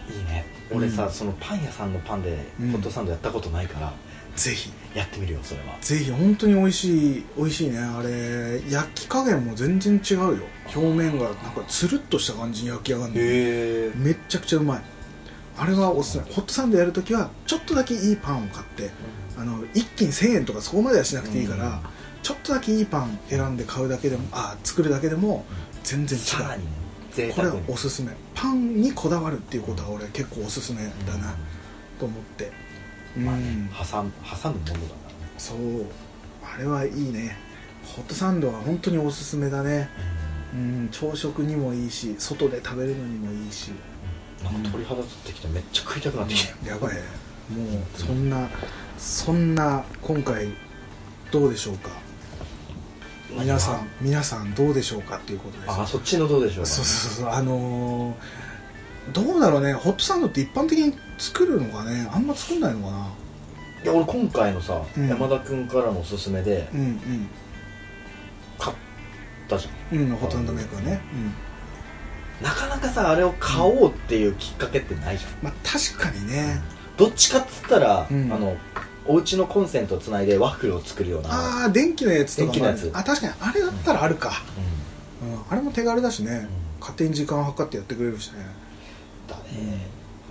ーいいね俺さそのパン屋さんのパンでホットサンドやったことないから
ぜひ
やってみるよそれは
ぜひ本当に美味しい美味しいねあれ焼き加減も全然違うよ表面がなんかつるっとした感じに焼き上がるの
へえ
めっちゃくちゃうまいあれはおすすめホットサンドやるときはちょっとだけいいパンを買ってあの一気に1000円とかそこまではしなくていいから、
うん
ちょっとだけいいパン選んで買うだけでもあ作るだけでも全然違
さら
う
にね贅
これ
沢
は
に
おすすめパンにこだわるっていうことは俺結構おすすめだなと思ってう、
うんんまあね挟む挟むものだからね
そうあれはいいねホットサンドは本当におすすめだねうん朝食にもいいし外で食べるのにもいいし
なんか鳥肌立ってきためっちゃ食いたくなってきた
やばいねもうそんなそんな今回どうでしょうか皆さん皆さんどうでしょうかっていうことです
ああそっちのどうでしょうか
そうそうそうそうあのーどうだろうねホットサンドって一般的に作るのかねあんま作んないのかない
や俺今回のさ、
うん
山田君からのおすすめで
うん
買ったじゃん
うんうんホットサンドメーカーね、うん
なかなかさあれを買おうっていうきっかけってないじゃん、
まあ確かにね、
どっちかっつったら、
うん
あのお家のコンセントをつないでワッフルを作るような、
ああ電気のやつとか
電気のやつ
あ確かにあれだったらあるか、うん、あれも手軽だし
う
ね
ん
勝手に時間を計ってやってくれるしね
だね、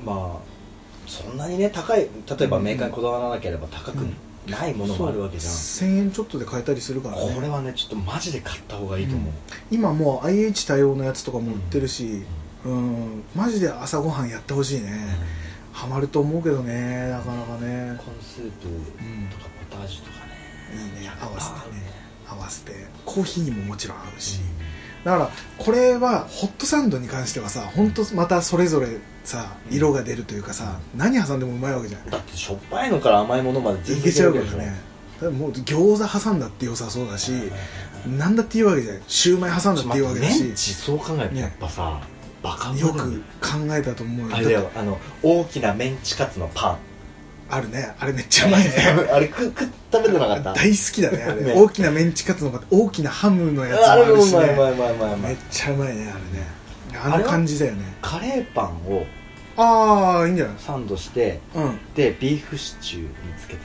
まあそんなにね高い例えばメーカーにこだわらなければ高くないものもあるわけじゃん、
1000円ちょっとで買えたりするからね
これはねちょっとマジで買った方がいいと思う、
今もう IH 対応のやつとかも売ってるしうんマジで朝ごはんやってほしいねハマると思うけどねなかなかね
コーンスープ
うん
とかポタージュとかね
いいね合わせ
合う
て
ね
ね合わせてコーヒーにももちろん合うし、だからこれはホットサンドに関してはさ本当またそれぞれさ
うん
色が出るというかさ何挟んでもうまいわけじゃん
だってしょっぱいのから甘いものまで
いけちゃうからねだからもう餃子挟んだって良さそうだし何だって言うわけじゃんシューマイ挟んだって言うわけだ
メン
し
チそう考えるとやっぱさ、バカ
よ
者なんだ
く考えたと思う
あれだよあの大きなメンチカツのパン
あるねあれめっちゃうまいね
あれ食食食べてなかった
大好きだねあれ
ね
大きなメンチカツの大きなハムのやつも
あ
あ
れ
る
もう
し
まいう
ね
まいうまいうまいうま
めっ
い
ちゃうまいねあれねあの感じだよね
カレーパンを
ああいいんじゃない
サンドして
うん
でビーフシチューにつけて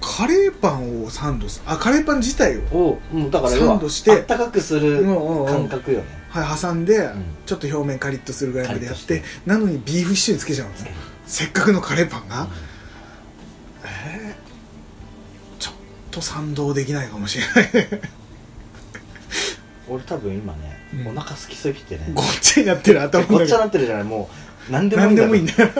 食
カ
べ
レーパンをサンドすあカレーパン自体を
るをうんだから要
サ
は
ンドして
あったかくする
うんうんうん
感覚よね
はい挟んで、
ん
ちょっと表面カリッとするぐらいまでやっ
カリ
て
ッと
なのにビーフシチューにつけちゃうの
つ
ね
ける
せっかくのカレーパンが、
うん
えーちょっと賛同できないかもしれない
俺多分今ね
うん
お腹空きすぎてね
ごっちゃになってる頭の
ごっちゃ
中
なってるじゃないもう何でもいい
何
ん
で
だよ
もいいんだよ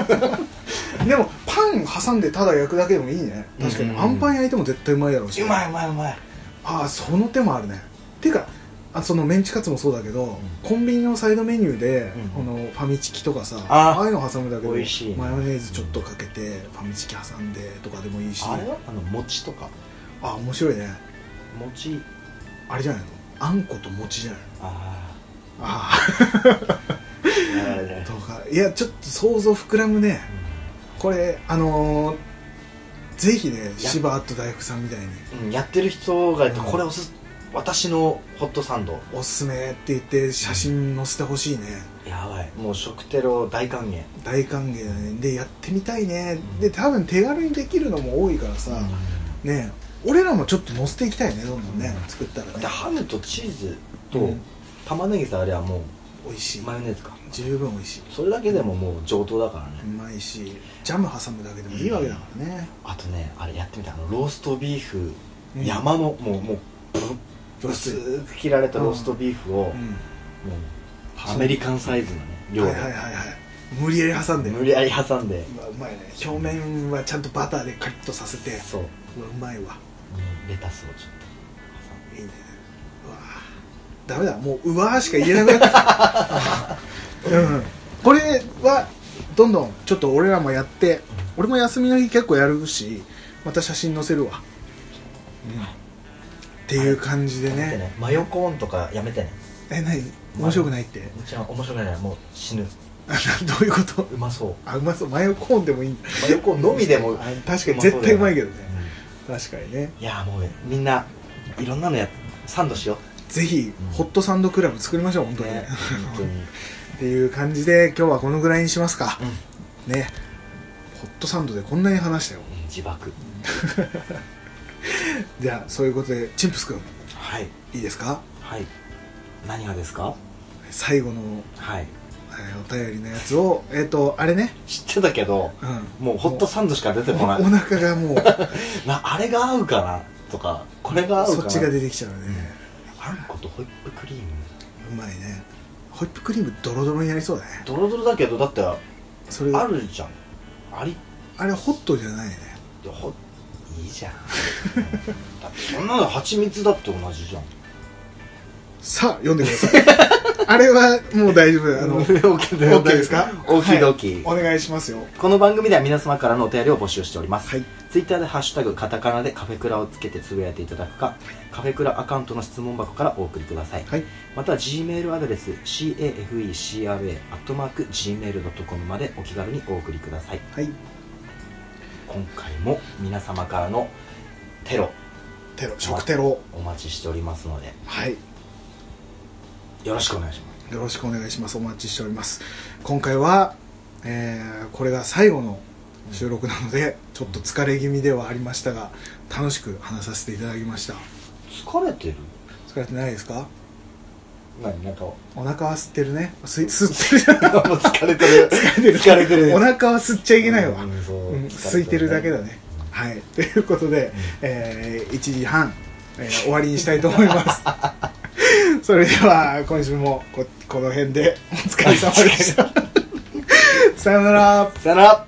でもパン挟んでただ焼くだけでもいいね確かに、
うんうん
あ
うん
んパン焼いても絶対うまいだろうし
うまいうまいうまい
ああその手もあるねっていうかあそのメンチカツもそうだけど、コンビニのサイドメニューで、
う
こ
ん
のファミチキとかさ
あー
ああいうの挟むだけで
美味しいね
マヨネーズちょっとかけてファミチキ挟んでとかでもいいし
あれはあの餅とか
あ面白いね
餅
あれじゃないのあんこと餅じゃないの
あ
ああ
あ
とかいやちょっと想像膨らむねこれあのー、ぜひね
や
芝アット大福さんみたいに
うんやってる人がいて
うん
これおす私のホットサンド
おすすめって言って写真載せてほしいね
やばいもう食テロ大歓迎
大歓迎だねでやってみたいねで多分手軽にできるのも多いからさ、ね俺らもちょっと載せていきたいねどんどんね作ったら
で
ね
ハムとチーズ
う
と
ん
玉ねぎさあれはも
美味し
う
い
マヨネーズか
十分美味しい
それだけでももう上等だから
う
ね
まいしジャム挟むだけでもいいわけだからね
あとねあれやってみたあのローストビーフ
うん
山のもうもう
分厚い
薄く切られたローストビーフをもう
うん
アメリカンサイズのね量
は
で
いはいはいはい無理やり挟んで
無理やり挟んで
うわうまいね表面はちゃんとバターでカリッとさせて
そう
うわうまいわ
レタスをちょっと挟ん
い
で
いねうわダメだもううわーしか言えなくなってき たうんこれはどんどんちょっと俺らもやって俺も休みの日結構やるしまた写真載せるわ、うん、っていう感じで
やめて
ね
ねマヨコーンとかやめてね
え何面白くないって
うちは面白くないもう死ぬ
どういうこと
うまそう
あうまそうマヨコーンでもいいんだ
マヨコーンのみでも
あ確かに絶対うまいけどね
うん
確かにね
いやもうみんないろんなのやサンドしよ
ぜひホットサンドクラブ作りましょう本
う
当に、ね、
本 当に
っていう感じで今日はこのぐらいにしますか、ねホットサンドでこんなに話したよ
うん自爆
じゃあそういうことでチンプスくん
はい
いいですか
はい何がですか
最後の、
はい
えーお便りのやつをえっ、とあれね
知ってたけど
うん
もうホットサンドしか出てこない
おお腹がも う
なあれが合うかなとかこれが合うかな
そっちが出てきちゃうね
あんことホイップクリーム
うまいねホイップクリームドロドロになりそうだね
ドロドロだけどだってあ
それ
るじゃんあり
あれホットじゃないね
ほいいじ ゃんだってそんなの蜂蜜だって同じじゃん
さあ読んでください あれはもう大丈夫あの
OK
OK ですか
OKOK
お願いしますよ
この番組では皆様からのお便りを募集しております、
はい
ツイッターで「ハッシュタグカタカナ」でカフェクラをつけてつぶやいていただくかカフェクラアカウントの質問箱からお送りください、
はい
または G メールアドレス cafecra.gmail.com までお気軽にお送りください
はい
今回も皆様からのテロ
テロ食テロ
お待ちしておりますので
はい
よろしくお願いします
よろしくお願いしますお待ちしております今回は、えーこれが最後の収録なのでちょっと疲れ気味ではありましたが楽しく話させていただきました
疲れてる
疲れてないですか
何なんか も
お腹は吸ってるね吸い吸ってるじゃ
う疲れてる疲
れてる
疲れてる
んお腹は吸っちゃいけないわ、
うんそう
うん
疲れ
空いてるだけだ
ね
ねはいということで、えー1時半、えー終わりにしたいと思います それでは今週もここの辺でお疲れ様でしたさようなら
さよなら